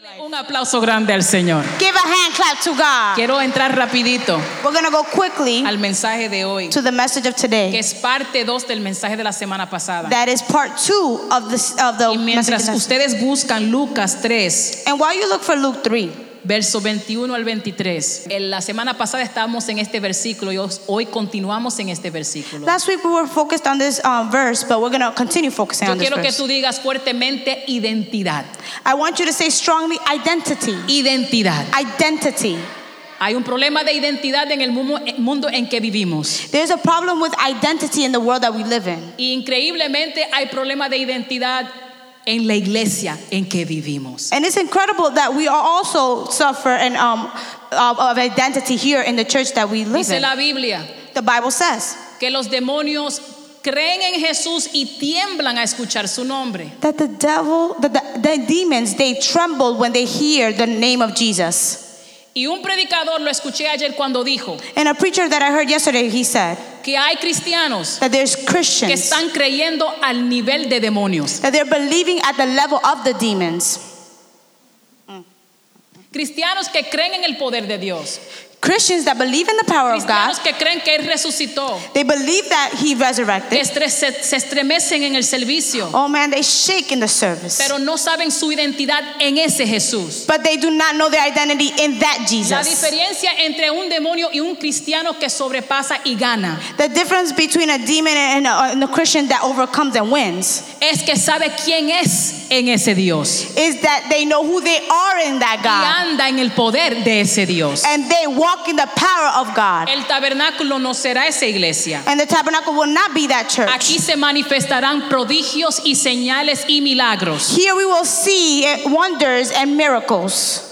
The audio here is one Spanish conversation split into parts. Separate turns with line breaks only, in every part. life.
Un aplauso grande al Señor.
Give a hand clap to God.
Quiero entrar rapidito
We're going to go quickly
al mensaje de hoy,
to the message of
que
today.
es parte 2 del mensaje de la semana pasada.
That is part two of the, of the
Y
message.
mientras
of-
ustedes buscan Lucas 3,
And while you look for Luke 3,
verso 21 al 23, en la semana pasada estábamos en este versículo y os- hoy continuamos en este versículo.
last week we were focused on this uh, verse, but we're going to continue focusing
Yo
on this
quiero que
verse.
tú digas fuertemente identidad.
I want you to say strongly identity.
Identidad.
Identity.
Hay un problema de identidad en el mumo- mundo en que vivimos.
There's a problem with identity in the world that we live in.
Y increíblemente hay problema de identidad en la iglesia en que vivimos.
And it's incredible that we are also suffer and um, of, of identity here in the church that we live
Dice
in.
la Biblia
The Bible says
que los demonios creen en Jesús y tiemblan a escuchar su nombre.
that the devil, that the, the demons, they tremble when they hear the name of Jesus.
Y un predicador lo escuché ayer cuando dijo
And a preacher that I heard yesterday, he said
que hay cristianos
that there's
que
Christians
están creyendo al nivel de demonios.
that they're believing at the level of the demons.
Cristianos que creen en el poder de Dios.
Christians that believe in the power of Oh,
Cristianos
God,
que creen que Él resucitó.
they believe that he
que
resurrected.
estre- se, se estremecen en el servicio,
Oh man, they shake in the service.
pero no saben su identidad en ese Jesús.
But they do not know their identity in that
La
Jesus.
diferencia entre un demonio y un cristiano que sobrepasa y gana
The difference between a demon and a, and a Christian that overcomes and wins
es que sabe quién es en ese Dios
is that they know who they are in that
y
God
anda en el poder de ese Dios.
and they walk in the power of God.
El tabernáculo no será esa iglesia.
And the tabernacle will not be that church.
Aquí se manifestarán prodigios y señales y milagros.
Here we will see eh, wonders and miracles.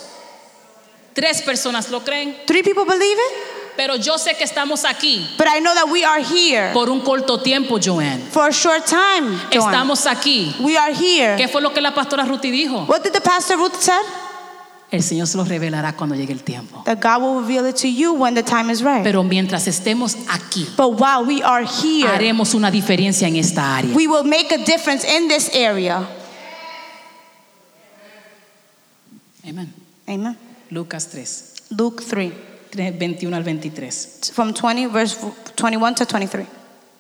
Tres personas lo creen,
Three people believe it,
pero yo sé que estamos aquí
but I know that we are here
por un corto tiempo, Joanne.
for a short time. Joan.
Estamos aquí.
We are here.
¿Qué fue lo que la pastora Ruti dijo?
What did the pastor Ruth said?
El Señor se los revelará cuando llegue el tiempo.
That God will reveal it to you when the time is right.
Pero mientras estemos aquí,
But while we are here,
haremos una diferencia en esta área.
We will make a difference in this area.
Amen.
Amen.
Lucas 3,
Luke 3,
3, 21 al 23.
from 20, verse 21 to 23.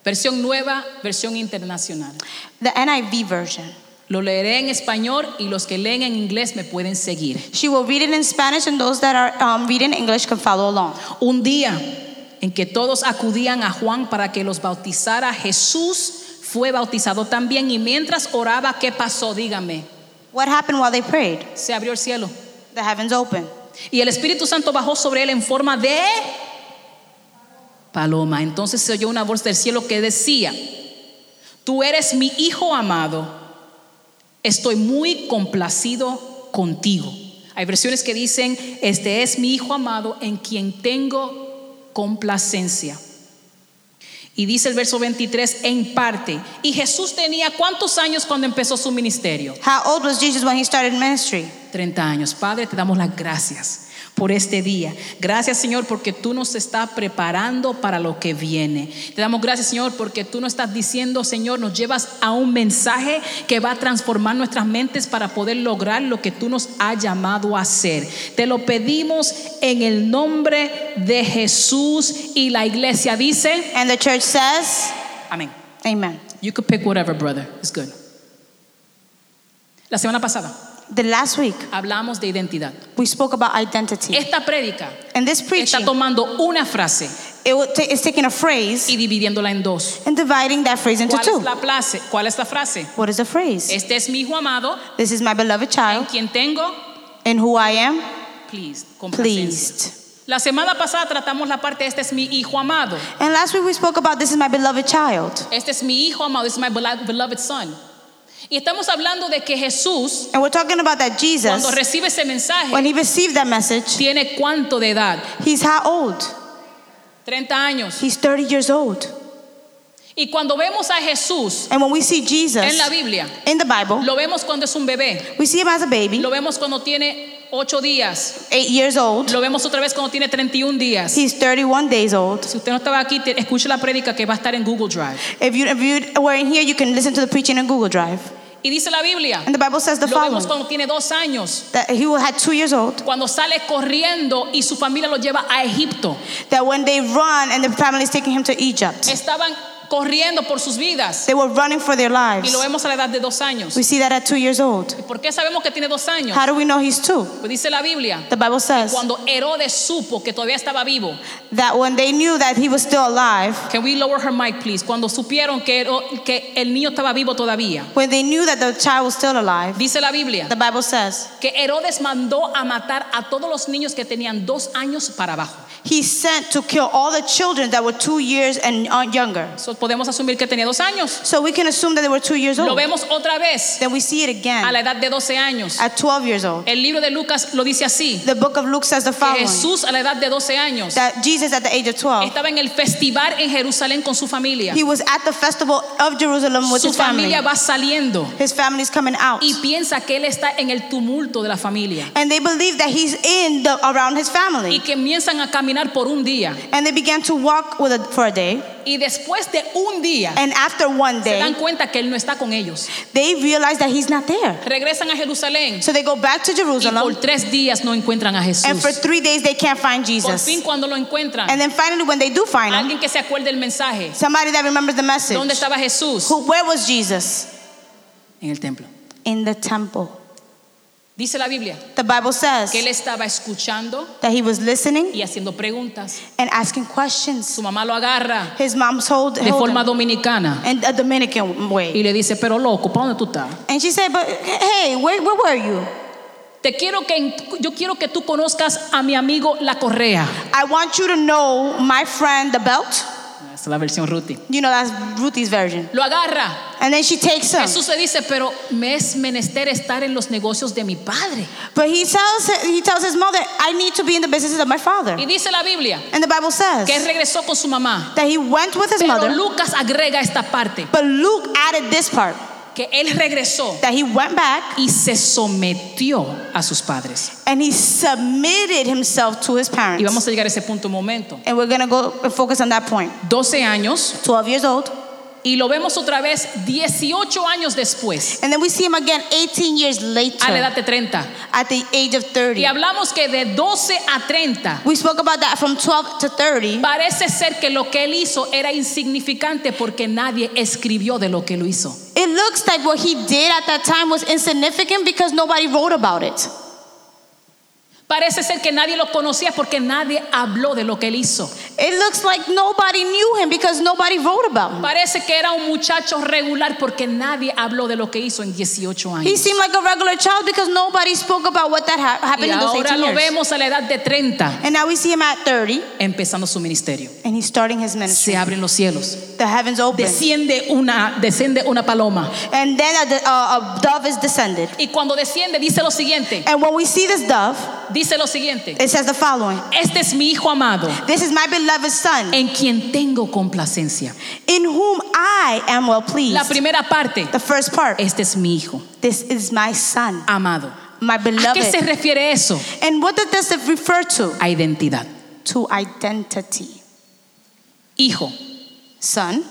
Versión nueva, versión internacional.
The NIV version.
Lo leeré en español y los que leen en inglés me pueden seguir.
She will read it in Spanish, and those that are um, reading English can follow along.
Un día en que todos acudían a Juan para que los bautizara, Jesús fue bautizado también y mientras oraba, ¿qué pasó? Dígame.
What happened while they prayed?
Se abrió el cielo.
The heavens opened,
Y el Espíritu Santo bajó sobre él en forma de paloma. Entonces se oyó una voz del cielo que decía, tú eres mi hijo amado, estoy muy complacido contigo. Hay versiones que dicen, este es mi hijo amado en quien tengo complacencia. Y dice el verso 23 en parte, y Jesús tenía cuántos años cuando empezó su ministerio?
How old was Jesus when he started ministry?
30 años. Padre, te damos las gracias por este día. Gracias, Señor, porque tú nos estás preparando para lo que viene. Te damos gracias, Señor, porque tú nos estás diciendo, Señor, nos llevas a un mensaje que va a transformar nuestras mentes para poder lograr lo que tú nos has llamado a hacer. Te lo pedimos en el nombre de Jesús y la iglesia dice,
And the church says,
amén.
Amen.
You could pick whatever, brother. It's good. La semana pasada
The last week,
hablamos de identidad.
we spoke about identity.
Esta prédica
And this
está
preaching,
tomando una frase
it will ta- it's taking a phrase
y dividiéndola en dos.
and dividing that phrase into
¿Cuál es
two.
la frase? ¿Cuál es la frase?
What is a phrase?
Este es mi hijo amado,
This is my
en
beloved child,
quien tengo
and who I am
pleased, complacencia.
pleased.
La semana pasada tratamos la parte este es mi hijo amado.
And last week we spoke about this is my beloved child.
Este es mi hijo amado, this is my belo- beloved son. Y estamos hablando de que Jesús
And we're talking about that
cuando
Jesus,
recibe ese mensaje
when he received that message,
tiene cuánto de edad?
he's how old?
30 años.
He's 30 years old.
Y cuando vemos a Jesús
And when we see Jesus
en la Biblia,
in the Bible,
lo vemos cuando es un bebé,
we see him as a baby,
lo vemos cuando tiene 8 días,
eight years old.
Lo vemos otra vez cuando tiene 31 días.
He's 31 days old.
Si usted no estaba aquí, te- escuche la prédica que va a estar en Google Drive.
If you, if you were in here, you can listen to the preaching in Google Drive.
Y dice la Biblia,
And the Bible says the
lo vemos
following
cuando tiene dos años,
that he had two years old,
cuando sale corriendo y su familia lo lleva a Egipto.
that when they run and the family is taking him to Egypt,
Estaban corriendo por sus vidas
they were running for their
y
lives.
lo vemos a la edad de dos años.
We see that at two years old.
¿Por qué sabemos que tiene dos años?
How do we know he's two?
Pues dice la Biblia,
The Bible says
cuando Herodes supo que todavía estaba vivo,
that when they knew that he was still alive,
can we lower her mic, please? Cuando supieron que, Hero- que el niño estaba vivo todavía,
when they knew that the child was still alive,
dice la Biblia
the Bible says
que Herodes mandó a matar a todos los niños que tenían dos años para abajo.
he sent to kill all the children that were two years and uh, younger.
So, podemos asumir que tenía dos años.
So we can assume that they were two years
Lo
old.
vemos otra vez
Then we see it
a la
again
edad de 12 años.
at 12 years old.
El libro de Lucas lo dice así,
The book of Luke says the
que
following
Jesús a la edad de 12 años
that Jesus, at the age of 12,
estaba en el festival en Jerusalén con su familia.
he was at the festival of Jerusalem with
Su
his family.
familia va saliendo
His family's coming out.
y piensa que él está en el tumulto de la familia
And they believe that he's in the, around his
y
family.
que comienzan a caminar por un día
And they began to walk with a, for a day.
y después de un día
And after one
se
day,
dan cuenta que él no está con ellos.
they realize that he's not there.
Regresan a Jerusalén
So they go back to
y por
Jerusalem.
tres días no encuentran a
And
Jesús.
for three days, they can't find
Por
Jesus.
fin cuando lo encuentran,
And then finally, when they do find him,
alguien que se acuerde del mensaje,
somebody that remembers the message.
¿dónde estaba Jesús?
Who, where was Jesus?
En el templo.
In the temple.
Dice la Biblia
The Bible says
que él estaba escuchando
that he was listening
y haciendo preguntas.
and asking questions.
Su mamá lo agarra
His mom told
de
told
forma
him
dominicana
in a Dominican way.
y le dice, pero loco, ¿para dónde tú estás?
And she said, but hey, where, where were you?
Te quiero que, en- yo quiero que tú conozcas a mi amigo La Correa.
I want you to know my friend, the belt.
Esa es la versión Ruti.
You know, that's Ruthie's version.
Lo agarra.
And then she takes him.
Jesús le dice, pero me es menester estar en los negocios de mi padre.
But he tells, he tells his mother, I need to be in the businesses of my father.
Y dice la Biblia
And the Bible says
que él regresó con su mamá.
that he went with his
Pero
mother.
Lucas agrega esta parte,
But Luke added this part
que él regresó
that he went back
y se sometió a sus padres.
and he submitted himself to his
Y vamos
parents.
a llegar a ese punto un momento.
And we're going to go and focus on that point.
12 años
12 years old.
y lo vemos otra vez 18 años después,
And then we see him again 18 years
a la
later
edad de 30.
at the age of
Y
30.
hablamos que de 12 a 30
We spoke about that from 12 to 30.
Parece ser que lo que él hizo era insignificante porque nadie escribió de lo que lo hizo.
It looks like what he did at that time was insignificant because nobody wrote about it.
Parece ser que nadie lo conocía porque nadie habló de lo que él hizo.
It looks like nobody knew him because nobody wrote about him.
Parece que era un muchacho regular porque nadie habló de lo que hizo en 18
He
años.
seemed like a regular child because nobody spoke about what that ha- happened
Y
in those
ahora
18
lo
years.
vemos a la edad de 30
And now we see him at 30
empezando su ministerio.
and he's starting his ministry.
Se abren los cielos.
The heavens open.
Desciende una, desciende una paloma.
And then a, a, a dove is descended.
Y cuando desciende dice lo siguiente.
And when we see this dove,
Dice lo siguiente.
it says the following
Este es mi hijo amado
This is my beloved son,
en quien tengo complacencia.
in whom I am well
La
pleased.
primera parte.
The first part
Este es mi hijo
This is my son,
amado.
my
¿A qué se
beloved.
refiere eso?
And what does this refer to?
A identidad.
To identity.
Hijo
Son,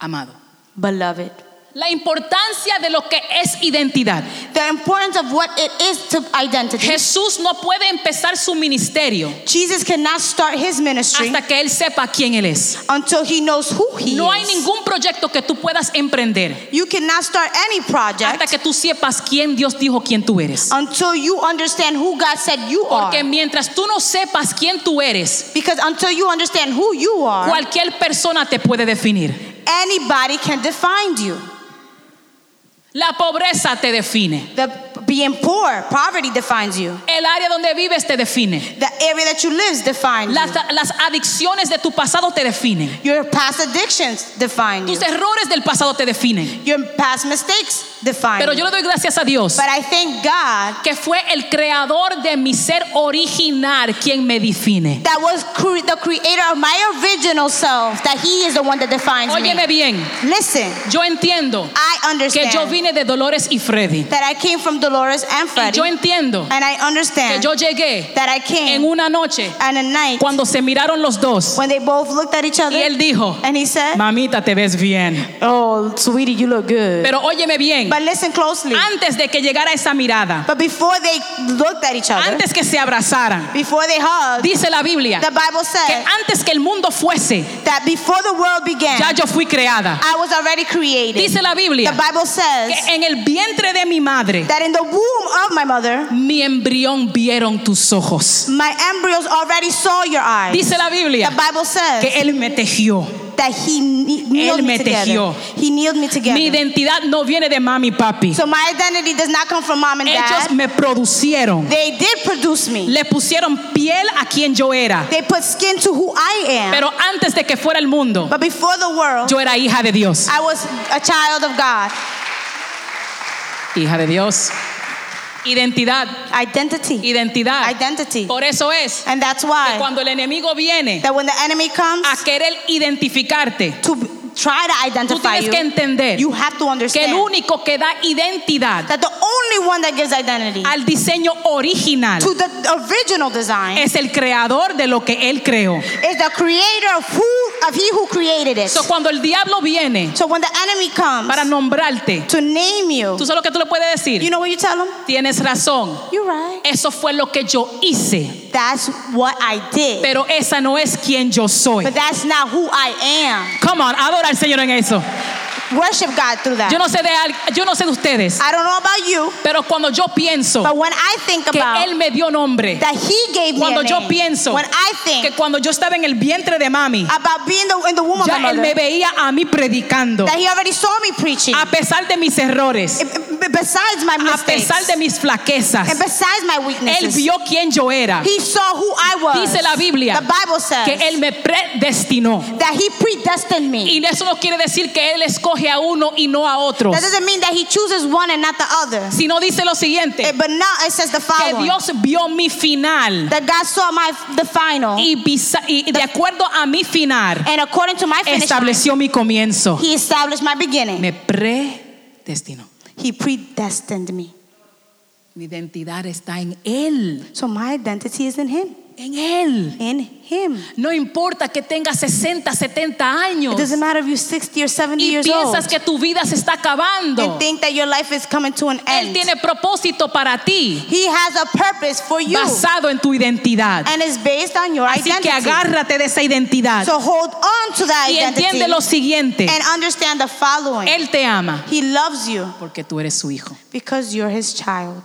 amado.
beloved.
La importancia de lo que es identidad.
The importance of what it is to identity.
Jesús no puede empezar su ministerio
Jesus cannot start his ministry
hasta que él sepa quién él es.
until he knows who he
No hay
is.
ningún proyecto que tú puedas emprender
You cannot start any
hasta
project
que tú sepas quién Dios dijo quién tú eres.
until you understand who God said you are.
Porque mientras tú no sepas quién tú eres,
Because until you understand who you are,
cualquier persona te puede definir.
anybody can define you.
La pobreza te define.
The being poor, poverty defines you.
El área donde vives te define.
The area that you live defines
Las,
you.
las adicciones de tu pasado te definen.
Your past addictions define you.
Tus errores del pasado te definen.
Your past mistakes define
Pero
you.
yo le doy gracias a Dios
But I thank God
que fue el creador de mi ser original quien me define.
that was cre- the creator of my original self, that he is the one that defines
Óyeme bien,
me. Listen,
yo entiendo
I
que
understand
yo vine de Dolores y Freddy.
that I came from Dolores and
Y
Freddie.
yo entiendo
and I
que
understand
yo llegué
that I came
en una noche
and a night
cuando se miraron los dos
when they both looked at each other
y él dijo,
and he said,
mamita, te ves bien.
Oh, sweetie, you look good.
Pero óyeme bien,
but listen closely.
antes de que llegara esa mirada,
but before they looked at each other,
antes que se abrazaran,
before they hugged,
dice la Biblia
the Bible
que
said
antes que el mundo fuese,
that before the world began,
ya yo fui creada.
I was already created.
Dice la
the
Biblia
Bible says
que en el vientre de mi madre,
that in the womb of my mother,
mi embrión vieron tus ojos.
my embryos already saw your eyes.
Dice la
the
Biblia
Bible says
que él me tejió.
that he kne- kneeled
Él me
me together.
tejió.
He kneeled me together.
Mi identidad no viene de mami y papi.
so my identity does not come from mom and
Ellos
dad.
me producieron.
They did produce me.
Le pusieron piel a quien yo era.
They put skin to who I am.
Pero antes de que fuera el mundo,
but before the world,
yo era hija de Dios.
I was a child of God.
Hija de Dios. Identidad,
Identity.
identidad.
Identity.
Por eso es
And that's
que
why
cuando el enemigo viene
that when the enemy comes
a querer identificarte,
to b- try to
tú
identify
tienes que
you,
entender
you have to
que el
understand
único que da identidad
that the only one that gives identity
al diseño original
to the original design
es el creador de lo que él creó.
is the creator of who of he who created it.
So, cuando el diablo viene
So when the enemy comes
para nombrarte,
to name you,
tú sabes lo que tú le puedes
you
decir.
know what you tell him?
Tienes razón.
You're right.
Eso fue lo que yo hice,
That's what I did.
pero esa no es quien yo soy.
But that's not who I
Come on, adora al Señor en eso.
am. Worship God through that.
Yo no sé de al- yo no sé de ustedes,
I don't know about you,
pero cuando yo pienso
but when I think
que
about
él me dio nombre,
that he gave me
Cuando
a
yo
name,
pienso
when I think
que cuando yo estaba en el vientre de mami,
about being the, in the womb of my
ya él me
mother,
veía a mí predicando,
that he already saw me preaching,
a pesar de mis errores,
b- b- besides my
a
mistakes,
pesar de mis
and
flaquezas,
besides my
él
weaknesses,
vio quién yo era.
he saw who I was.
Dice la Biblia
the Bible says
que él me predestinó.
that he predestined me.
Y eso no quiere decir que él escoge a uno y no a otro,
That doesn't mean that he chooses one and not the other.
sino dice lo siguiente,
Eh, but now it says the
que
following.
Dios vio mi final
that God saw my the final,
y, bisa- y de acuerdo a mi final
and according to my finish, line,
estableció mi comienzo.
He established my beginning.
Me predestinó.
He predestined me.
Mi identidad está en Él,
So my identity is in Him.
en Él.
In Him.
No importa que tengas 60, 70 años
It doesn't matter if you're 60 or 70
y
years
piensas
old
que tu vida se está acabando.
and think that your life is coming to an
Él
end.
tiene propósito para ti
He has a purpose for you,
basado en tu identidad.
and it's based on your
Así que
identity.
agárrate de esa identidad
So hold on to that
y
identity
entiende lo siguiente.
and understand the following.
Él te ama
He loves you
porque tú eres su hijo.
because you're His child.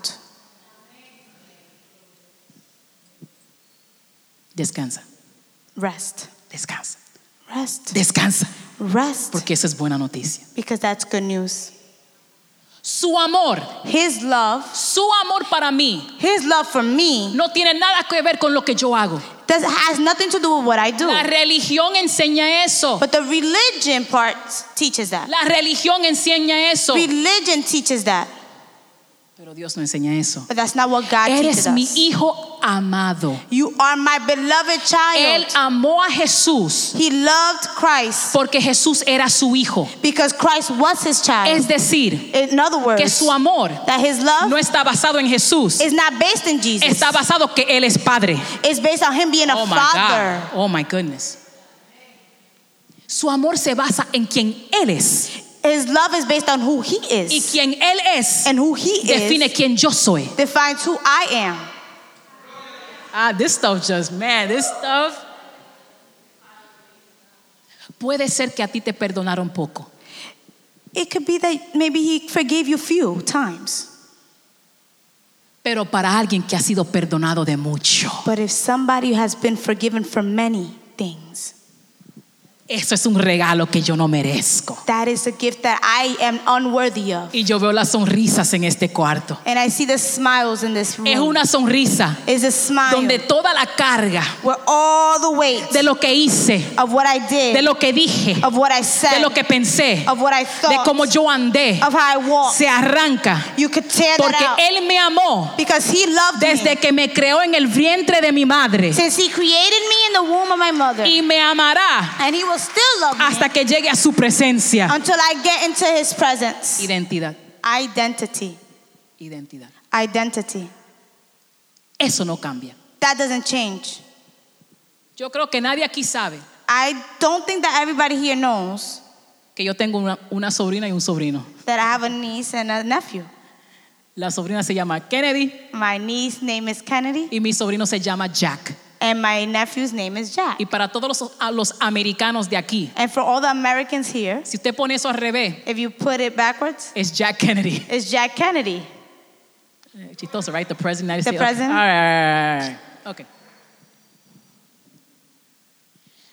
Descansa,
Rest,
descansa,
rest,
descansa,
rest,
porque esa es buena noticia.
because that's good news.
Su amor,
His love,
su amor para mí
His love for me,
no tiene nada que ver con lo que yo hago.
does, has nothing to do with what I do.
La religión enseña eso.
But the religion part teaches that.
La religión enseña eso.
Religion teaches that,
Pero Dios no enseña eso.
but that's not what God teaches
Eres mi
us.
hijo amado.
You are my beloved
Él
child.
amó a Jesús
He loved Christ
porque Jesús era su hijo.
because Christ was his child.
Es decir,
In other
que
words,
su amor
that his love
no está basado en Jesús.
is not based in Jesus.
Está basado que Él es Padre.
It's based on him being a
Oh my
father.
God. Oh my goodness. Su amor se basa en quien Él es.
His love is based on who he
Y
is.
quien Él es
And who he
define
is
quien yo soy.
defines who I am.
Ah, this stuff just, man, this stuff. Puede ser que a ti te perdonaron poco.
It could be that maybe he forgave you few times.
Pero para alguien que ha sido perdonado de mucho,
But if somebody has been forgiven for many things,
eso es un regalo que yo no merezco.
that is a gift that I am unworthy of.
Y yo veo las sonrisas en este cuarto.
And I see the smiles in this
Es
room.
una sonrisa
Is a smile
donde toda la carga
where all the weight
de lo que hice,
of what I did,
de lo que dije,
of what I said,
de lo que pensé,
of what I
de
thought,
cómo yo andé,
of how I walked,
se arranca.
you could tear
Porque
that out.
Él me amó
because he loved
desde
me.
que me creó en el vientre de mi madre.
Since he created me in the womb of my mother.
Y me amará
and he will still love me
hasta que llegue a su presencia.
until I get into his presence.
Identidad,
Identity.
identidad.
identity.
Eso no cambia.
That doesn't change.
Yo creo que nadie aquí sabe
I don't think that everybody here knows
que yo tengo una, una sobrina y un sobrino.
that I have a niece and a nephew.
La sobrina se llama Kennedy
My niece name is Kennedy
y mi sobrino se llama Jack.
and my nephew's name is Jack.
Y para todos los, a los americanos de aquí,
And for all the Americans here,
si usted pone eso al revés,
if you put it backwards,
es Jack Kennedy.
it's Jack Kennedy.
Eh, Chistoso, right? The president of the United
The
States.
president.
All right, all right, all right. Ok.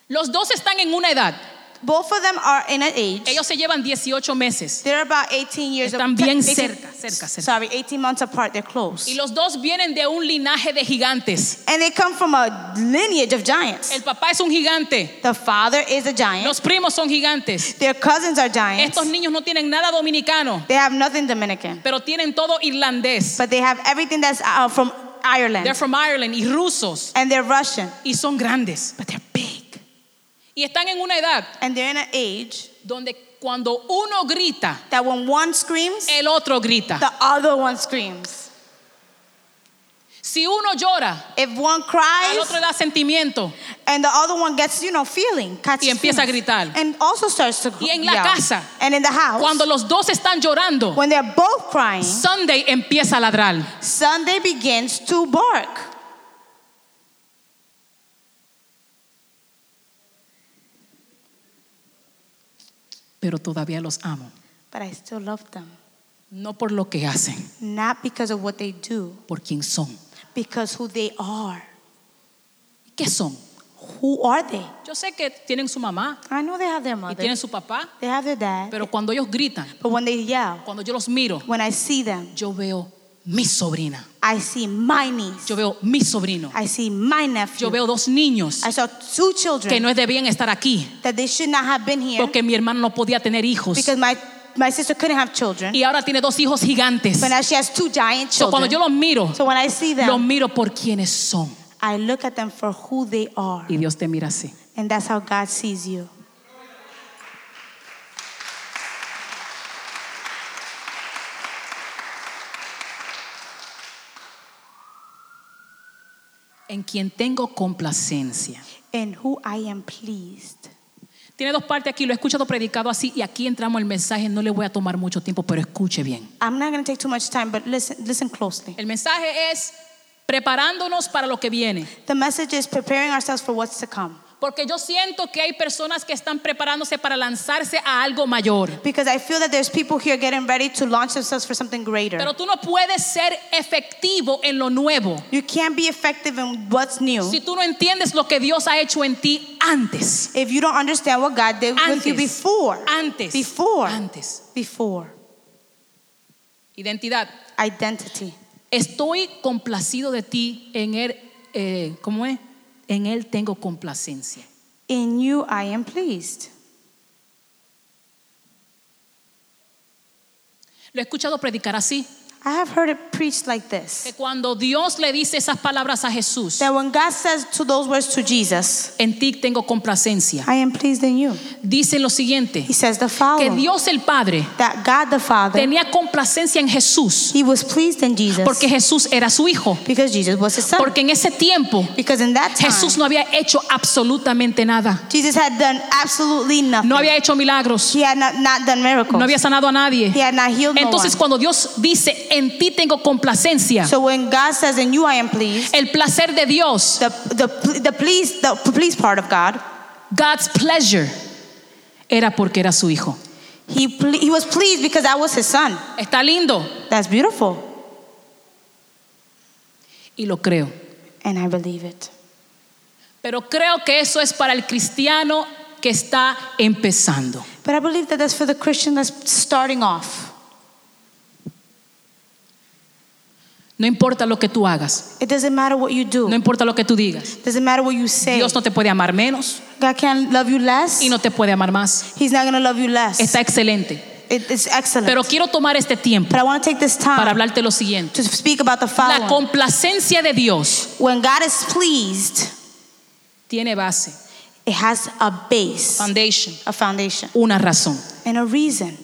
Los dos están en una edad.
Both of them are in an age.
Ellos se llevan 18 meses.
They're about 18 years
Están bien
18
cerca, cerca, cerca.
Sorry, 18 months apart. They're close.
Y los dos vienen de un linaje de gigantes.
And they come from a lineage of giants.
El papá es un gigante.
The father is a giant.
Los primos son gigantes.
Their cousins are giants.
Estos niños no tienen nada dominicano,
They have nothing Dominican,
pero tienen todo irlandés.
but they have everything that's uh, from Ireland.
They're from Ireland y rusos.
and they're Russian,
Y son grandes.
but they're big.
Y están en una edad
And they're in an age
donde cuando uno grita,
that when one screams,
el otro grita.
the other one screams.
Si uno llora,
If one
al otro
cries
le da sentimiento.
and the other one gets, you know, feeling, catches
Y empieza a
feelings,
gritar.
and also starts to
Y en la
yell.
casa,
and in the house,
Cuando los dos están llorando,
when they're both crying,
Sunday empieza a ladrar.
Sunday begins to bark.
Pero todavía los amo.
But I still love them,
No por lo que hacen,
not because of what they do,
por quién son.
because who they are.
¿Qué son?
Who are they?
Yo sé que tienen su mamá
I know they have their
y
mother.
tienen su papá,
They have their dad.
pero cuando ellos gritan,
but when they yell,
cuando yo los miro,
when I see them,
yo veo mi sobrina,
I see my niece.
yo veo mi sobrino,
I see my nephew.
yo veo dos niños
I saw two
que
children
no debían estar aquí
that they should not have been here
porque mi hermano no podía tener hijos
because my, my sister couldn't have children.
y ahora tiene dos hijos gigantes.
But now she has two giant
So, cuando yo
children.
los miro,
so when I see
los
them,
miro por quienes son.
I look at them for who they are.
Y Dios te mira así.
And that's how God sees you.
En quien tengo complacencia.
And who I am pleased.
Tiene dos partes aquí, lo he escuchado predicado así y aquí entramos el mensaje, no le voy a tomar mucho tiempo, pero escuche bien.
I'm not going to take too much time, but listen, listen closely.
El mensaje es preparándonos para lo que viene,
The message is preparing ourselves for what's to come.
porque yo siento que hay personas que están preparándose para lanzarse a algo mayor,
Because I feel that there's people here getting ready to launch themselves for something greater.
pero tú no puedes ser efectivo en lo nuevo
You can't be effective in what's new
si tú no entiendes lo que Dios ha hecho en ti antes.
if you don't understand what God did with you
Antes.
before.
Antes.
Before.
Antes.
Before.
Identidad.
Identity.
Estoy complacido de ti en él, eh, ¿cómo es? En él tengo complacencia.
In you I am pleased.
Lo he escuchado predicar así,
I have heard it preached like
que
this
cuando Dios le dice esas palabras a Jesús,
that when God says to those words to Jesus,
en ti tengo complacencia,
I am pleased in you,
dice lo siguiente,
he says the
que
following
Dios el Padre
that God the Father,
tenía complacencia en Jesús,
he was pleased in Jesus
porque Jesús era su hijo,
because Jesus was his son.
porque en ese tiempo
Because in that time,
Jesús no había hecho absolutamente nada,
Jesus had done absolutely nothing.
no había hecho milagros,
He had not, not done miracles.
no había sanado a nadie.
He had not healed
Entonces
no one.
cuando Dios dice, en ti tengo complacencia,
So when God says, "In you I am pleased,"
el placer de Dios,
the the pl- the pleased the pleased part of God,
God's pleasure, era porque era su hijo.
he ple- he was pleased because that was his son.
Está lindo
That's beautiful,
y lo creo.
and I believe it.
Pero creo que eso es para el cristiano que está empezando.
But I believe that that's for the Christian that's starting off.
No importa lo que tú hagas,
It doesn't matter what you do.
no importa lo que tú digas.
doesn't matter what you say.
Dios no te puede amar menos
God can't love you less.
y no te puede amar más.
He's not gonna love you less.
Está excelente.
It- it's excellent.
Pero quiero tomar este tiempo
but I want to take this time
para hablarte lo siguiente.
to speak about the
La
following.
complacencia de Dios
When God is pleased,
tiene base,
it has a base,
foundation,
a foundation,
una razón.
and a reason.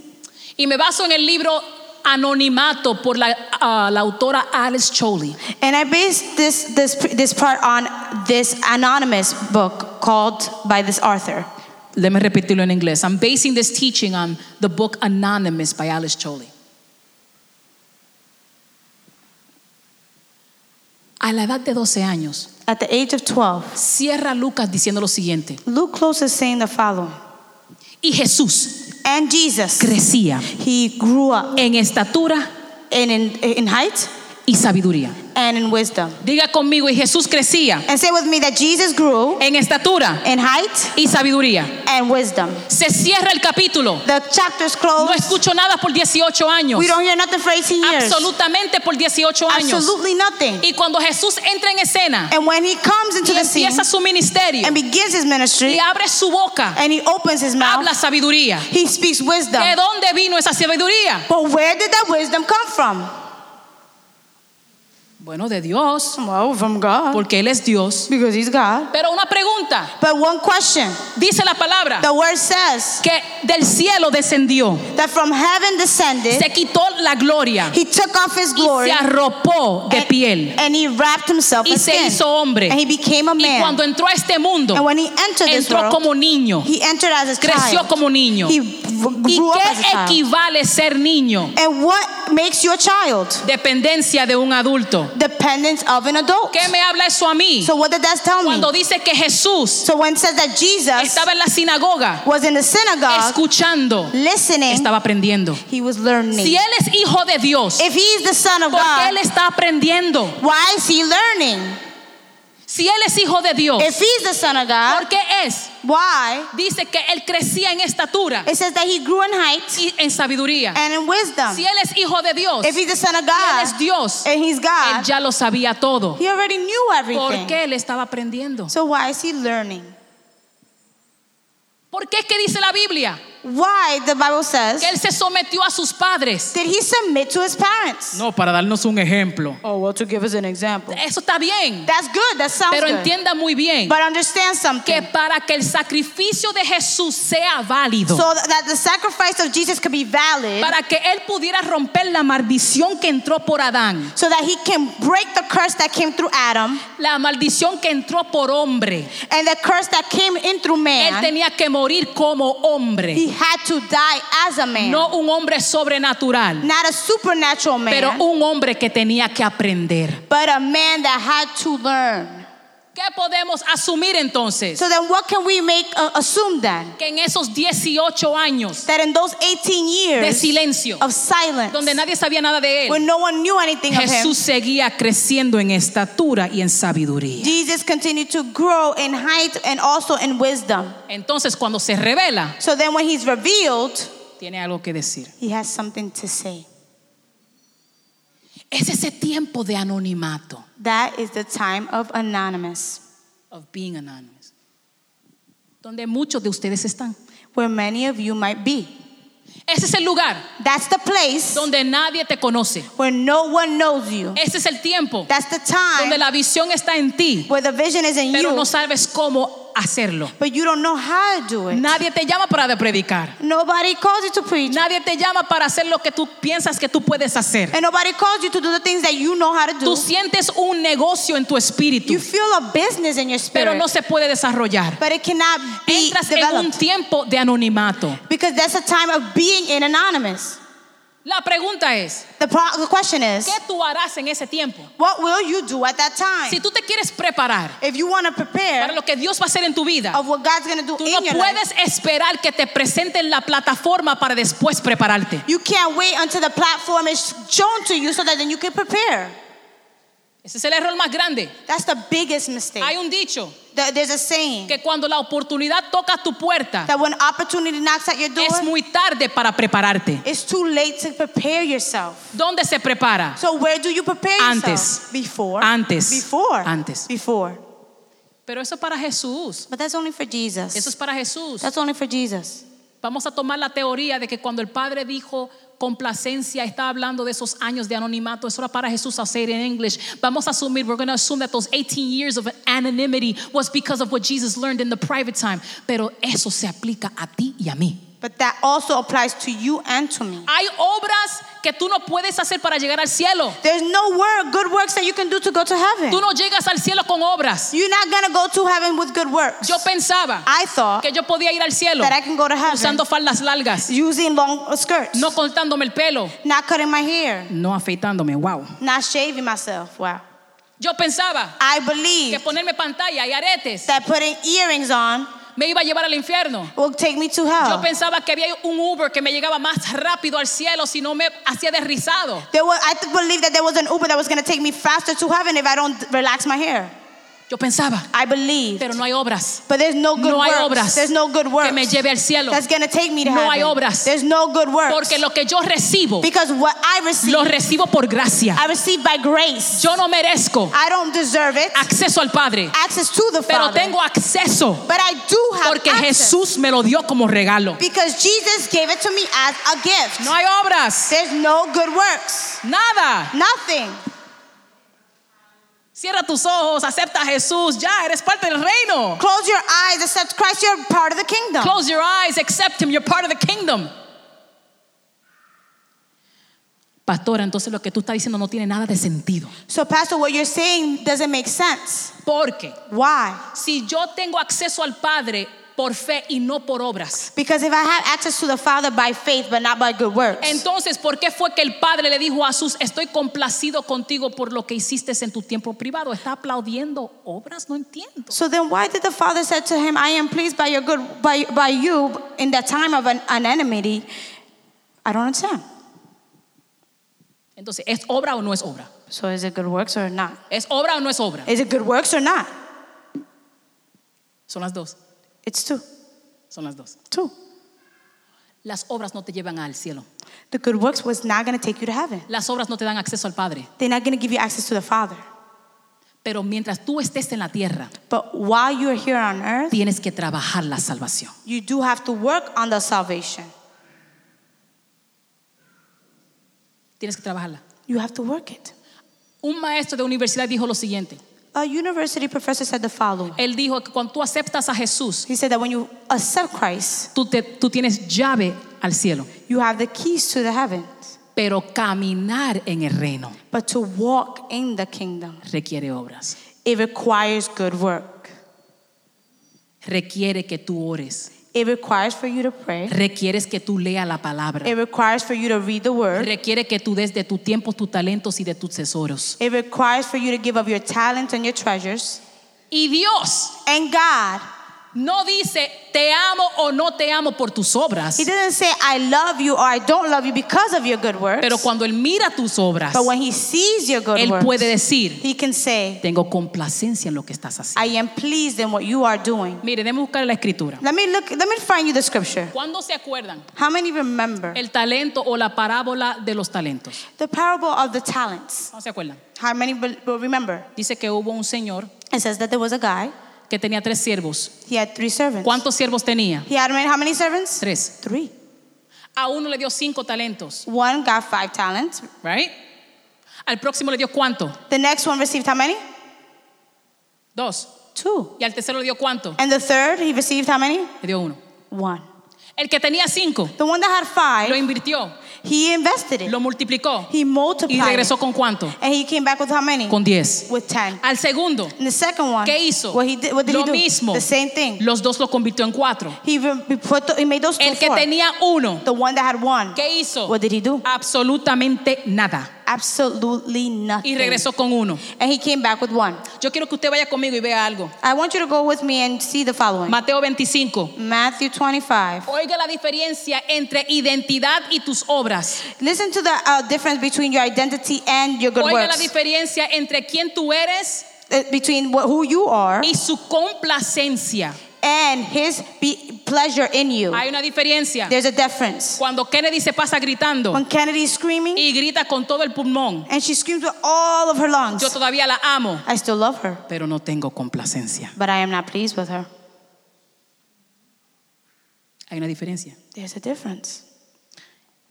Y me baso en el libro Anonimato por la, ah, la autora Alice Choli.
And I based this, this, this part on this anonymous book called by this author.
Let me repetirlo en inglés. I'm basing this teaching on the book Anonymous by Alice Choli. A la edad de 12 años,
At the age of 12,
cierra Lucas diciendo lo siguiente.
Luke closes saying the following
Y Jesús
And Jesus,
crecía
he grew up
en estatura
in, in, in height
y sabiduría.
and in wisdom.
Diga conmigo, y Jesús crecía
And say with me that Jesus grew
en estatura
in height
y sabiduría.
and wisdom.
Se cierra el capítulo.
The chapter's
No
closed.
escucho nada por 18 años.
We don't hear nothing for 18 years.
Absolutamente por 18 años.
Absolutely nothing.
Y cuando Jesús entra en escena
And when he comes into
y
the scene
empieza su ministerio
and begins his
y
ministry
abre su boca,
and he opens his mouth,
habla sabiduría.
he speaks wisdom.
¿De dónde vino esa sabiduría?
But where did that wisdom come from?
Bueno, de Dios,
Well, from God.
porque Él es Dios.
Because he's God.
Pero una pregunta,
But one question
dice la palabra
the word says
que del cielo descendió,
that from heaven descended,
se quitó la gloria
he took off his
y
glory
se arropó de
and,
piel
and he wrapped himself
y
in
se
skin.
hizo hombre.
And he became a
Y
man.
cuando entró a este mundo,
And when he entered this
entró
world,
como niño.
he entered as a
creció
child.
como niño.
He v-
¿Y
grew up as a
qué
child.
equivale ser niño?
And what makes you a child?
Dependencia de un adulto.
Dependence of an adult.
¿Qué me habla eso a mí?
So what did that tell
Cuando
me?
dice que Jesús
So when it says that Jesus
estaba en la sinagoga
was in the synagogue
escuchando,
listening,
estaba aprendiendo.
he was learning.
Si él es hijo de Dios,
If he is the son of
¿por qué él
God,
está aprendiendo?
why is he learning?
Si él es hijo de Dios,
If he's the son of God,
¿por qué es?
why?
Dice que él crecía en estatura
It says that he grew in height
y en sabiduría.
and in wisdom.
Si él es hijo de Dios,
If
si él
he's the son of
es
God
Dios,
and he's
él
God,
ya lo sabía todo.
he already knew
¿Por
everything.
qué él estaba aprendiendo?
So why is he learning?
¿Por qué es que dice la Biblia
Why the Bible says
que él se sometió a sus padres?
did he submit to his parents?
No, para darnos un ejemplo.
Oh, well, to give us an example.
Eso está bien,
That's good. That sounds
pero
good.
entienda muy bien
But understand
que
something.
para que el sacrificio de Jesús sea válido,
So that the sacrifice of Jesus could be valid,
para que él pudiera romper la maldición que entró por Adán,
so that he can break the curse that came through Adam
la maldición que entró por hombre,
and the curse that came in through
él
man,
tenía que morir como hombre,
he had to die as a man.
no un hombre sobrenatural,
Not a supernatural
pero
man,
un hombre que tenía que aprender.
but a man that had to learn.
¿Qué podemos asumir entonces?
So then, what can we make uh, assume then?
Que en esos 18 años
That in those 18
de
years
silencio,
of silence,
donde nadie sabía nada de él,
when no one knew anything of
Jesús
him,
seguía creciendo en estatura y en sabiduría.
Jesus continued to grow in height and also in wisdom.
Entonces, cuando se revela,
So then, when he's revealed,
tiene algo que decir.
he has something to say.
Es ese tiempo de anonimato,
That is the time of anonymous,
of being anonymous, donde muchos de ustedes están.
where many of you might be.
Ese es el lugar
That's the place
donde nadie te conoce.
where no one knows you.
Ese es el tiempo
That's the
donde
time
la visión está en ti,
where the vision is in
pero
you,
no sabes cómo hacerlo.
but you don't know how to do it.
Nadie te llama para predicar.
Nobody calls you to preach,
Nadie te llama para hacer lo que tú piensas que tú puedes hacer.
and nobody calls you to do the things that you know how to do.
Tú sientes un negocio en tu espíritu,
You feel a business in your
pero
spirit,
no se puede desarrollar.
but it cannot be
Entras en un
developed
tiempo de anonimato.
because that's a time of being in anonymous.
La pregunta es,
The, pro- the question is,
¿qué tú harás en ese tiempo?
what will you do at that time?
Si tú te quieres preparar
If you want to
para
prepare
lo que Dios va a hacer en tu vida,
of what God's going to do
tú
in
no
your life,
puedes esperar que te presenten la plataforma para después prepararte.
you can't wait until the platform is shown to you so that then you can prepare.
Ese es el error más grande.
That's the biggest mistake.
Hay un dicho
Th- There's a saying
que cuando la oportunidad toca tu puerta,
that when opportunity knocks at your
es
door,
muy tarde para prepararte.
it's too late to prepare yourself.
¿Dónde se prepara?
So where do you prepare yourself?
Antes.
Before.
Antes.
Before.
Antes.
Before.
Pero eso es para Jesús.
But that's only for Jesus.
Eso es para Jesús.
That's only for Jesus.
Vamos a tomar la teoría de que cuando el Padre dijo complacencia, estaba hablando de esos años de anonimato. Eso era para Jesús hacer en English. Vamos a asumir, we're going to assume that those 18 years of anonymity was because of what Jesus learned in the private time. Pero eso se aplica a ti y a mí.
But that also applies to you and to me.
Hay obras que tú no puedes hacer para llegar al cielo.
There's no work, good works that you can do to go to
Tú
heaven.
no llegas al cielo con obras.
You're not gonna go to heaven with good works.
Yo pensaba
I thought
que yo podía ir al cielo
that I can go to heaven
usando faldas largas,
using long skirts,
no cortándome el pelo,
not cutting my hair,
no afeitándome. Wow.
not shaving myself. Wow.
Yo pensaba
I
que
believe
ponerme pantalla y aretes
that putting earrings on
me iba a llevar al infierno.
will take me to
Yo
hell.
pensaba que había un Uber que me llegaba más rápido al cielo si no me hacía derrizado.
There was, I th- believe that there was an Uber that was going to take me faster to heaven if I don't relax my hair.
Yo pensaba,
I believe.
pero no hay obras.
But there's no good
No hay
works.
obras
there's no good works
que me lleve al cielo.
that's going to take me to
No
heaven.
hay obras.
There's no good works.
Porque lo que yo recibo,
because what I receive,
lo recibo por gracia.
I receive by grace.
Yo no merezco
I don't deserve it.
acceso al Padre,
access to the
pero
Father.
tengo acceso
but I do have
porque
access
Jesús me lo dio como regalo.
because Jesus gave it to me as a gift.
No hay obras,
There's no good works.
nada.
Nothing.
Cierra tus ojos, acepta a Jesús, ya eres parte del reino.
Close your eyes, accept Christ, you're part of the kingdom.
Close your eyes, accept him, you're part of the kingdom. Pastora, entonces lo que tú estás diciendo no tiene nada de sentido.
So, Pastor, what you're saying doesn't make sense.
Porque
Why?
si yo tengo acceso al Padre por fe y no por obras,
Because if I have access to the Father by faith, but not by good works,
entonces, ¿por qué fue que el Padre le dijo a Jesús, estoy complacido contigo por lo que hiciste en tu tiempo privado? ¿Está aplaudiendo obras? No entiendo.
So then why did the father said to him, I am pleased by your good by, by you in the time of an, an enmity? I don't understand.
Entonces, ¿es obra o no es obra?
So is it good works or not?
¿Es obra o no es obra?
Is it good works or not?
Son las dos,
It's two.
son las dos.
Two.
Las obras no te llevan al cielo.
The good works was not gonna take you to heaven.
Las obras no te dan acceso al Padre.
They're not gonna give you access to the Father.
Pero mientras tú estés en la tierra,
But while you're here on earth,
tienes que trabajar la salvación.
you do have to work on the salvation.
Tienes que trabajarla.
You have to work it.
Un maestro de universidad dijo lo siguiente.
A university professor said the following.
Él dijo que cuando tú aceptas a Jesús,
He said that when you accept Christ,
tú, te- tú tienes llave al cielo,
you have the keys to the heavens.
pero caminar en el reino
But to walk in the kingdom,
requiere obras.
It requires good work.
Requiere que tú ores.
It requires for you to pray.
Requieres que tú leas la
It
palabra.
requires for you to read the word.
Requiere que tú des de tu tiempo, tus talentos y de tus tesoros.
It requires for you to give up your talents and your treasures.
Y Dios
And God,
no dice te amo o no te amo por tus obras,
He doesn't say, I love you or I don't love you because of your good works.
pero cuando Él mira tus obras,
but when He sees your good
Él
works,
puede decir,
He can say,
tengo complacencia en lo que estás haciendo.
I am pleased in what you are doing.
Mire, déme buscar la escritura.
Let me look, let me find you the scripture.
¿Cuándo se acuerdan
How many remember
el talento o la parábola de los talentos?
the parable of the talents?
¿No se acuerdan?
How many be- will remember?
Dice que hubo un señor
It says that there was a guy,
que tenía tres siervos.
he had three servants.
¿Cuántos siervos tenía?
He had many- how many servants?
Tres.
Three.
A uno le dio cinco talentos,
One got five talents.
right? Al próximo le dio cuánto?
The next one received how many?
Dos.
Two.
Y al tercero le dio cuánto?
And the third, he received how many?
Le dio uno.
One.
El que tenía cinco
The one that had
lo
five,
invirtió,
he invested it.
lo multiplicó
He
y
multiplied.
regresó
it.
con cuánto?
And he came back with how many?
Con diez.
With ten.
Al segundo,
And the second one,
¿qué hizo?
what he did, what did
Lo
he do?
mismo.
The same thing.
Los dos lo convirtió en cuatro.
He, re- he put the- he made those two
El que
four.
tenía uno,
The one that had one,
¿qué hizo?
what did he do?
Absolutamente nada.
Absolutely
Y
nothing.
regresó con uno.
And he came back with one.
Yo quiero que usted vaya conmigo y vea algo.
I want you to go with me and see the following.
Mateo 25.
Matthew 25.
Oiga la diferencia entre identidad y tus obras.
Listen to the uh, difference between your identity and your good
Oiga la
works.
diferencia entre quién tú eres
Uh, between wh- who you are
y su complacencia.
and His be- pleasure in you.
Hay una diferencia.
There's a difference.
Cuando Kennedy se pasa gritando
When Kennedy is screaming
y grita con todo el pulmón,
and she screams with all of her lungs,
yo todavía la amo,
I still love her,
pero no tengo complacencia.
but I am not pleased with her.
Hay una diferencia.
There's a difference.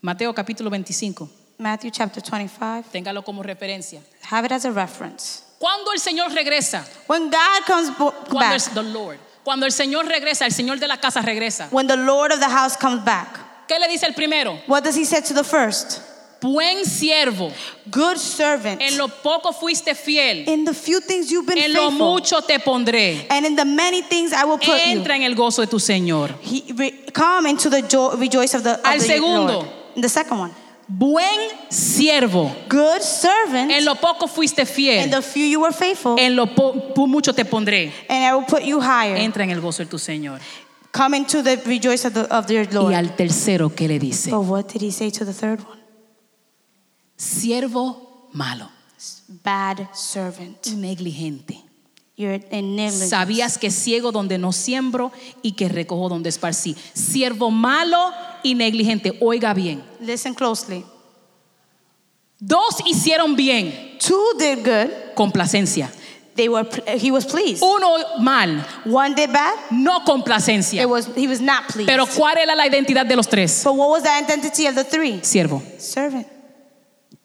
Mateo capítulo 25.
Matthew chapter 25.
Téngalo como referencia.
Have it as a reference.
Cuando el Señor regresa,
When God comes bo-
cuando
back,
el, the Lord, Cuando el Señor regresa, el Señor de la casa regresa.
When the Lord of the house comes back,
¿Qué le dice el primero?
what does he say to the first?
Buen siervo,
Good servant.
en lo poco fuiste fiel,
In the few things you've been
en lo
faithful,
mucho te pondré.
and in the many things I will put you.
Entra en el gozo de tu Señor.
He, re, come into the joy, rejoice of the, of
Al
the
segundo.
Lord. The second one.
Buen siervo,
Good servant.
en lo poco fuiste
in
fiel,
the few you were faithful,
en lo po- po- mucho te pondré.
and I will put you higher.
Entra en el gozo de tu Señor.
come into the rejoice of, the, of your
Y
Lord. Oh.
al tercero, ¿qué le dice?
But what did he say to the third one?
Siervo malo,
Bad servant.
negligente.
You're in negligence.
Sabías que ciego donde no siembro y que recojo donde esparcí. Siervo malo y negligente. Oiga bien.
Listen closely.
Dos hicieron bien,
Two did good.
complacencia.
They were.
uh,
pl- He was pleased.
Uno mal,
One did bad.
no
It
complacencia.
was. He was not pleased.
Pero ¿cuál era la identidad de los tres?
but what was the identity of the three?
Siervo.
Servant.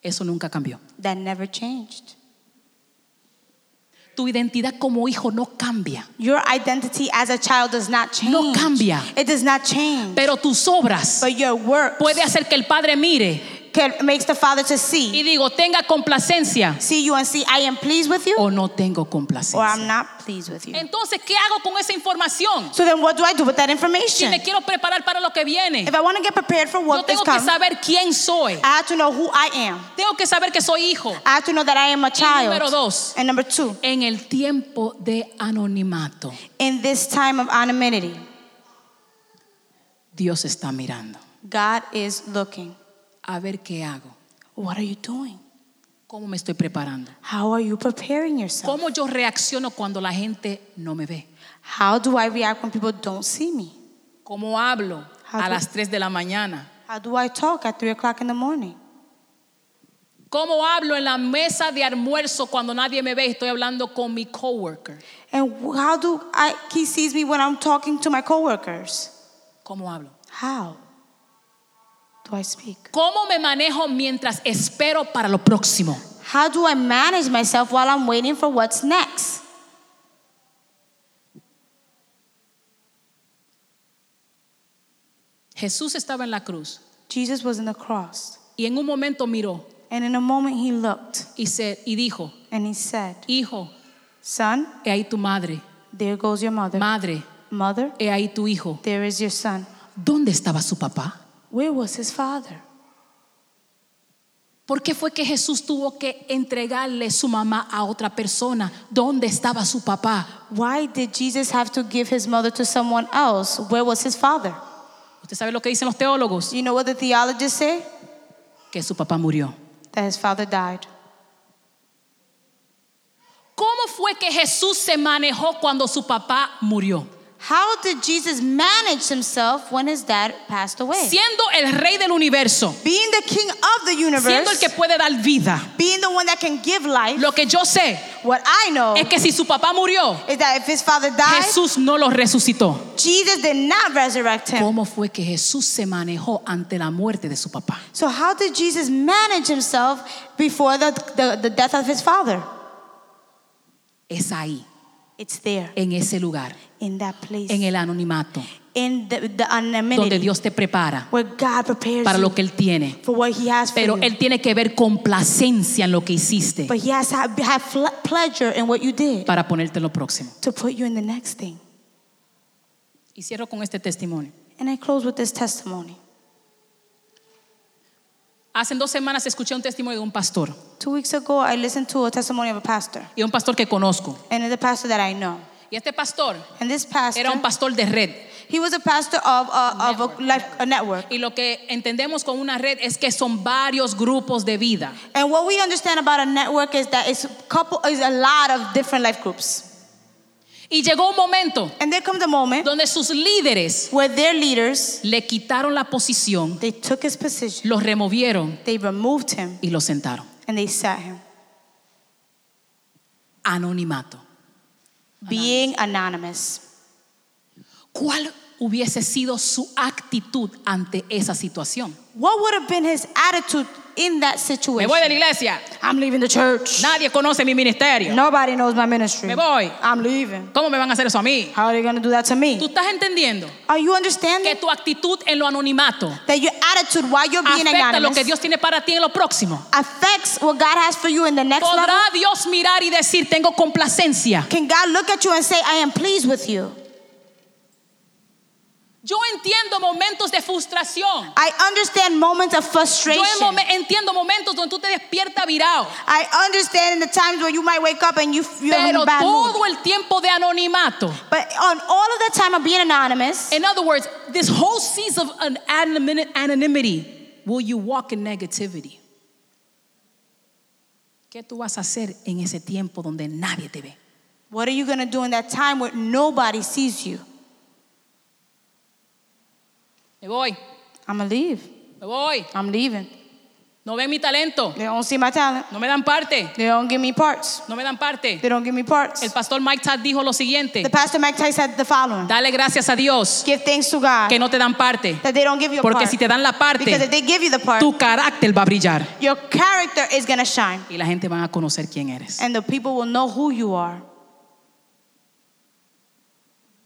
Eso nunca cambió.
That never changed.
Tu identidad como hijo no cambia,
Your identity as a child does not change.
No cambia.
It does not change.
pero tus obras
but your work
puede hacer que el padre mire
can, makes the Father to
y
see.
digo, tenga complacencia
See you and see, I am pleased with you
o no tengo
or
complacencia.
I'm not pleased with you.
Entonces, ¿qué hago con esa información?
So then what do I do with that
Si
information?
me quiero preparar para lo que viene,
If I want to get prepared for
yo
what is
tengo que
coming,
saber quién soy.
I have to know who I am.
Tengo que saber que soy hijo.
I have to know that I am a child.
número dos.
And number two,
En el tiempo de anonimato,
in this time of anonymity,
Dios está mirando.
God is looking.
A ver qué hago.
What are you doing?
¿Cómo me estoy preparando?
How are you preparing yourself?
¿Cómo yo reacciono cuando la gente no me ve?
How do I react when people don't see me?
¿Cómo hablo a las 3 de la mañana?
How do I talk at 3 o'clock in the morning?
¿Cómo hablo en la mesa de almuerzo cuando nadie me ve y estoy hablando con mi coworker?
And how do I, he sees me when I'm talking to my coworkers?
¿Cómo hablo?
How do I speak?
¿Cómo me manejo mientras espero para lo próximo?
How do I manage myself while I'm waiting for what's next?
Jesús estaba en la cruz
Jesus was on the cross,
y en un momento miró
and in a moment he looked
y, se, y dijo,
and he said,
hijo,
Son,
he ahí tu madre,
there goes your mother.
madre,
Mother,
he ahí tu hijo.
there is your son.
¿Dónde estaba su papá?
Where was his father?
¿Por qué fue que Jesús tuvo que entregarle su mamá a otra persona? ¿Dónde estaba su papá?
Why did Jesus have to give his mother to someone else? Where was his father?
¿Usted sabe lo que dicen los teólogos?
Do you know what the theologists say?
Que su papá murió.
That his father died.
¿Cómo fue que Jesús se manejó cuando su papá murió?
How did Jesus manage himself when his dad passed away?
Siendo el rey del universo,
Being the king of
siendo
the
el
universe,
que puede dar vida.
being the one that can give life,
Lo que yo sé
what I know
es que si su papá murió,
is that if his father died,
Jesús no lo resucitó.
Jesus did not resurrect him.
¿Cómo fue que Jesús se manejó ante la muerte de su papá?
So, how did Jesus manage himself before the, the, the death of his father?
Es ahí,
It's there,
en ese lugar,
in that place,
en el anonimato,
in the, the
donde
anonymity,
Dios te prepara
where God prepares
para
you
lo que Él tiene.
for what he has for
Pero
you.
Él tiene que ver complacencia en lo que hiciste
but he has to have, have fle- pleasure in what you did
para ponerte en lo próximo.
to put you in the next thing.
Y cierro con este testimonio.
And I close with this testimony.
Hace dos semanas escuché un testimonio de un pastor,
Two weeks ago, I listened to a testimony of a pastor,
y un pastor que conozco.
and it's a pastor that I know.
Y este pastor
And this pastor,
era un pastor de red.
he was a pastor of a, of a, like, a network.
Y lo que entendemos con una red es que son varios grupos de vida.
And what we understand about a network is that it's couple is a lot of different life groups.
Y llegó un momento
And there comes a moment
donde sus líderes
where their leaders
le quitaron la posición,
they took his position,
los removieron
they removed him,
y los sentaron.
and they sat him,
Anonimato.
being anonymous.
¿Cuál hubiese sido su actitud ante esa situación?
What would have been his attitude in that
Me
situation.
voy de la iglesia.
I'm leaving the church.
Nadie conoce mi ministerio.
Nobody knows my ministry.
Me voy.
I'm leaving.
¿Cómo me van a hacer eso a mí?
How are you going to do that to
¿Tú
me?
estás entendiendo
Are you
que
understanding
tu actitud en lo anonimato
that your attitude while you're being
afecta lo que
anonymous
Dios tiene para ti en lo próximo?
affects what God has for you in the next level?
¿Podrá Dios mirar y decir, tengo complacencia?
Can God look at you and say, I am pleased with you?
Yo entiendo momentos de frustración.
I understand moments of
Yo
frustration.
en momen- entiendo momentos donde tú te despiertas virado.
I understand in the times when you might wake up and you you're in
Pero
a bad mood.
todo el tiempo de anonimato.
But on all of that time of being anonymous,
In other words, this whole season of an- anonym- anonymity, will you walk in negativity? ¿Qué tú vas a hacer en ese tiempo donde nadie te ve?
what are you going to do in that time where nobody sees you?
Me voy,
I'm going to leave.
me voy.
I'm leaving.
No ven mi talento.
They don't see my talent.
No me dan parte.
They don't give me parts.
No me dan parte.
They don't give me parts.
El pastor Mike Todd dijo lo siguiente.
The pastor Mike Tyson said the following.
Dale gracias a Dios
Give thanks to God
que no te dan parte.
that they don't give you a
Porque
part.
si te dan la
because if
parte,
they give you the part,
tu carácter va a brillar.
your character is going to shine.
Y la gente va a conocer quién eres.
And the people will know who you are.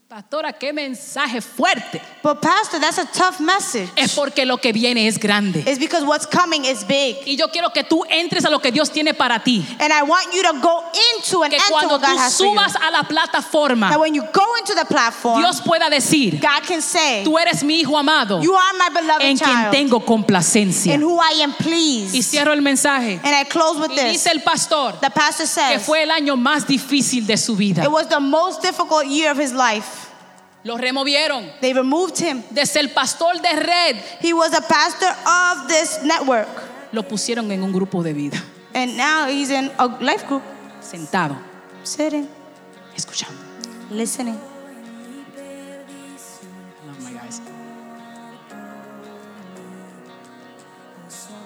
Pastora, qué mensaje fuerte.
But pastor, that's a tough message.
Es porque lo que viene es grande.
It's because what's coming is big.
Y yo quiero que tú entres a lo que Dios tiene para ti.
And I want you to go into and
Que
enter
cuando
what
tú
God has for you.
subas a la plataforma,
That when you go into the platform,
Dios pueda decir,
God can say,
tú eres mi hijo amado
You are my beloved
en quien
child,
tengo
in
complacencia.
who I am
Y
pleased.
cierro el mensaje.
And I close with
Y
this.
dice el pastor
The pastor
que
says,
fue el año más difícil de su vida.
It was the most difficult year of his life.
Lo removieron
They removed him.
desde el pastor de red.
He was a pastor of this network.
Lo pusieron en un grupo de vida,
And now he's in a life group,
sentado,
sitting,
escuchando.
listening.
Oh my guys.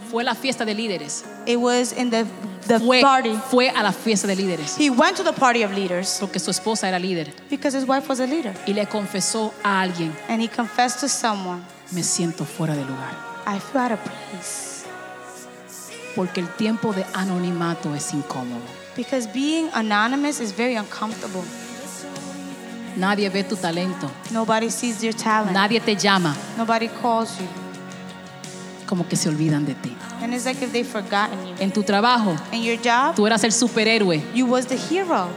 Fue la fiesta de líderes.
It was in the, the
Fue,
party.
fue a la fiesta de líderes.
He went to the party of leaders
Porque su esposa era líder.
because his wife was a leader.
Y le confesó a alguien,
And he confessed to someone,
me siento fuera de lugar.
I feel out of place.
Porque el tiempo de anonimato es incómodo.
Because being anonymous is very uncomfortable.
Nadie ve tu talento.
Nobody sees your talent.
Nadie te llama.
Nobody calls you.
Como que se olvidan de ti.
And it's like if they've forgotten you.
En tu trabajo,
And your job,
tú eras el superhéroe.
you was the hero.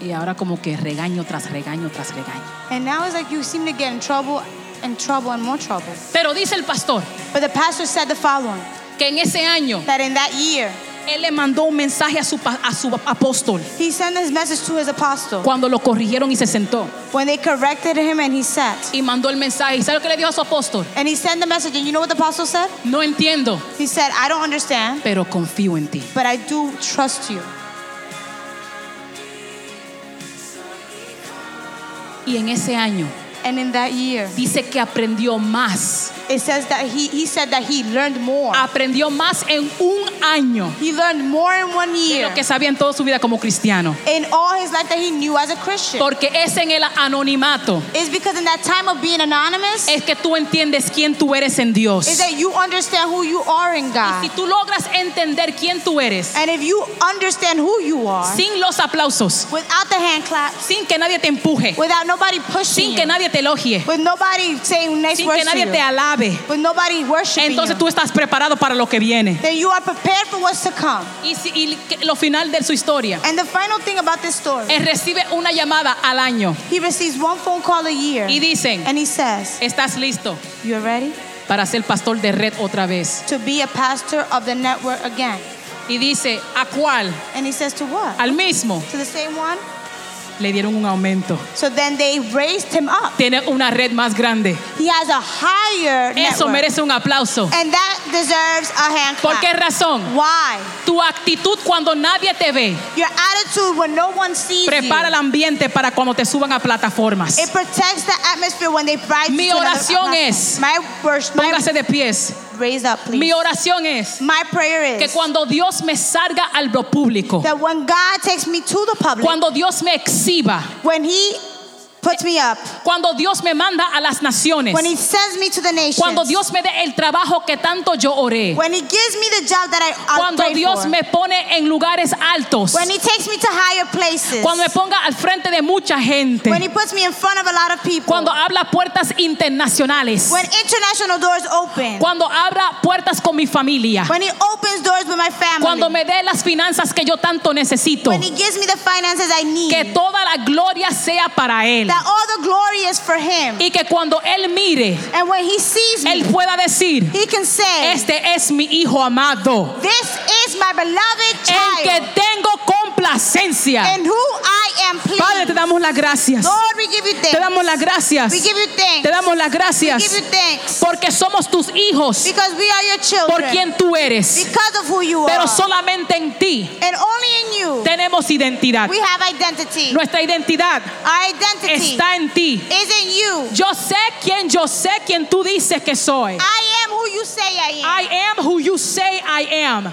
Y ahora como que regaño tras regaño tras regaño.
And now it's like you seem to get in trouble and trouble and more trouble.
Pero dice el pastor
But the pastor said the following
que en ese año
that in that year,
él le mandó un mensaje a su, pa- a su apóstol.
he sent his message to his apostle.
Cuando lo corrigieron y se sentó.
When they corrected him and he sat.
Y mandó el mensaje. ¿Y sabe lo que le dijo a su apóstol?
And he sent the message, and you know what the apostle said?
No entiendo,
He said, I don't understand,
pero confío en ti.
but I do trust you.
Y en ese año
And in that year,
dice que aprendió más.
it says that he, he said that he learned more.
Aprendió más en un año
He learned more in one
de
year
lo que sabía en toda su vida como cristiano.
in all his life that he knew as a Christian.
Porque es en el anonimato.
It's because in that time of being anonymous,
Es que tú entiendes quién tú eres en Dios.
is that you understand who you are in
Si
God.
tú logras entender quién tú eres,
And if you understand who you are,
sin los aplausos,
without the hand claps,
sin que nadie te empuje,
without nobody pushing
sin que
you,
nadie te elogie,
with nobody saying nice
sin que
words to
nadie te
you,
alabe,
with nobody worshiping
entonces
you,
tú estás preparado para lo que viene.
then you are prepared for what's to come.
Y, si- y que- lo final de su historia.
And the final thing about this story,
Él recibe una llamada al año
he receives one phone call a year,
y dicen,
and he says,
estás listo
"You're ready
para ser pastor de red otra vez.
to be a pastor of the network again."
Y dice, ¿a cuál?
And he says, "To what?"
Al mismo
to the same one.
le dieron un aumento.
So then they raised him up.
Tiene una red más grande.
He has a higher
Eso
network.
merece un aplauso.
And that deserves a hand
¿Por qué
clap.
razón?
Why?
Tu actitud cuando nadie te ve
Your attitude when no one sees
prepara el
you.
ambiente para cuando te suban a plataformas.
It protects the atmosphere when they bribe
Mi
you to another
oración
platform.
es-
my worship, my
Póngase de pies.
raise up, please.
Mi oración es
my prayer
que
is
cuando Dios me salga al lo público,
that when God takes me to the public,
cuando Dios me exhiba,
when He puts me up.
Cuando Dios me manda a las naciones.
When He sends me to the
Cuando
nations.
Dios me dé el trabajo que tanto yo oré.
When He gives me the job that I, I
Cuando
prayed
Dios
for.
me pone en lugares altos.
When He takes me to higher places.
Cuando me ponga al frente de mucha gente.
When He puts me in front of a lot of people.
Cuando habla puertas internacionales.
When international doors open.
Cuando abra puertas con mi familia.
When He opens doors with my family.
Cuando me dé las finanzas que yo tanto necesito.
When He gives me the finances I need.
Que toda la gloria sea para Él.
That all the glory is for Him.
Y que cuando Él mire,
And when He sees me,
Él pueda decir,
He can say,
este es mi hijo amado.
This is my beloved
El que
child.
tengo complacencia.
And who I am pleased.
Padre, te damos las gracias.
Lord, we give you thanks.
Te damos las gracias.
We give you thanks.
Te damos las
we
gracias.
give you thanks.
Porque somos tus hijos.
Because we are your children.
Por quien tú eres.
because of who you
Pero
are.
solamente en ti
and only in you
tenemos identidad.
we have identity.
Nuestra identidad
Our identity
está en ti.
is in you.
Yo sé quién, yo sé quién tú dices que soy.
I am who you say I am.
I am who you say I am.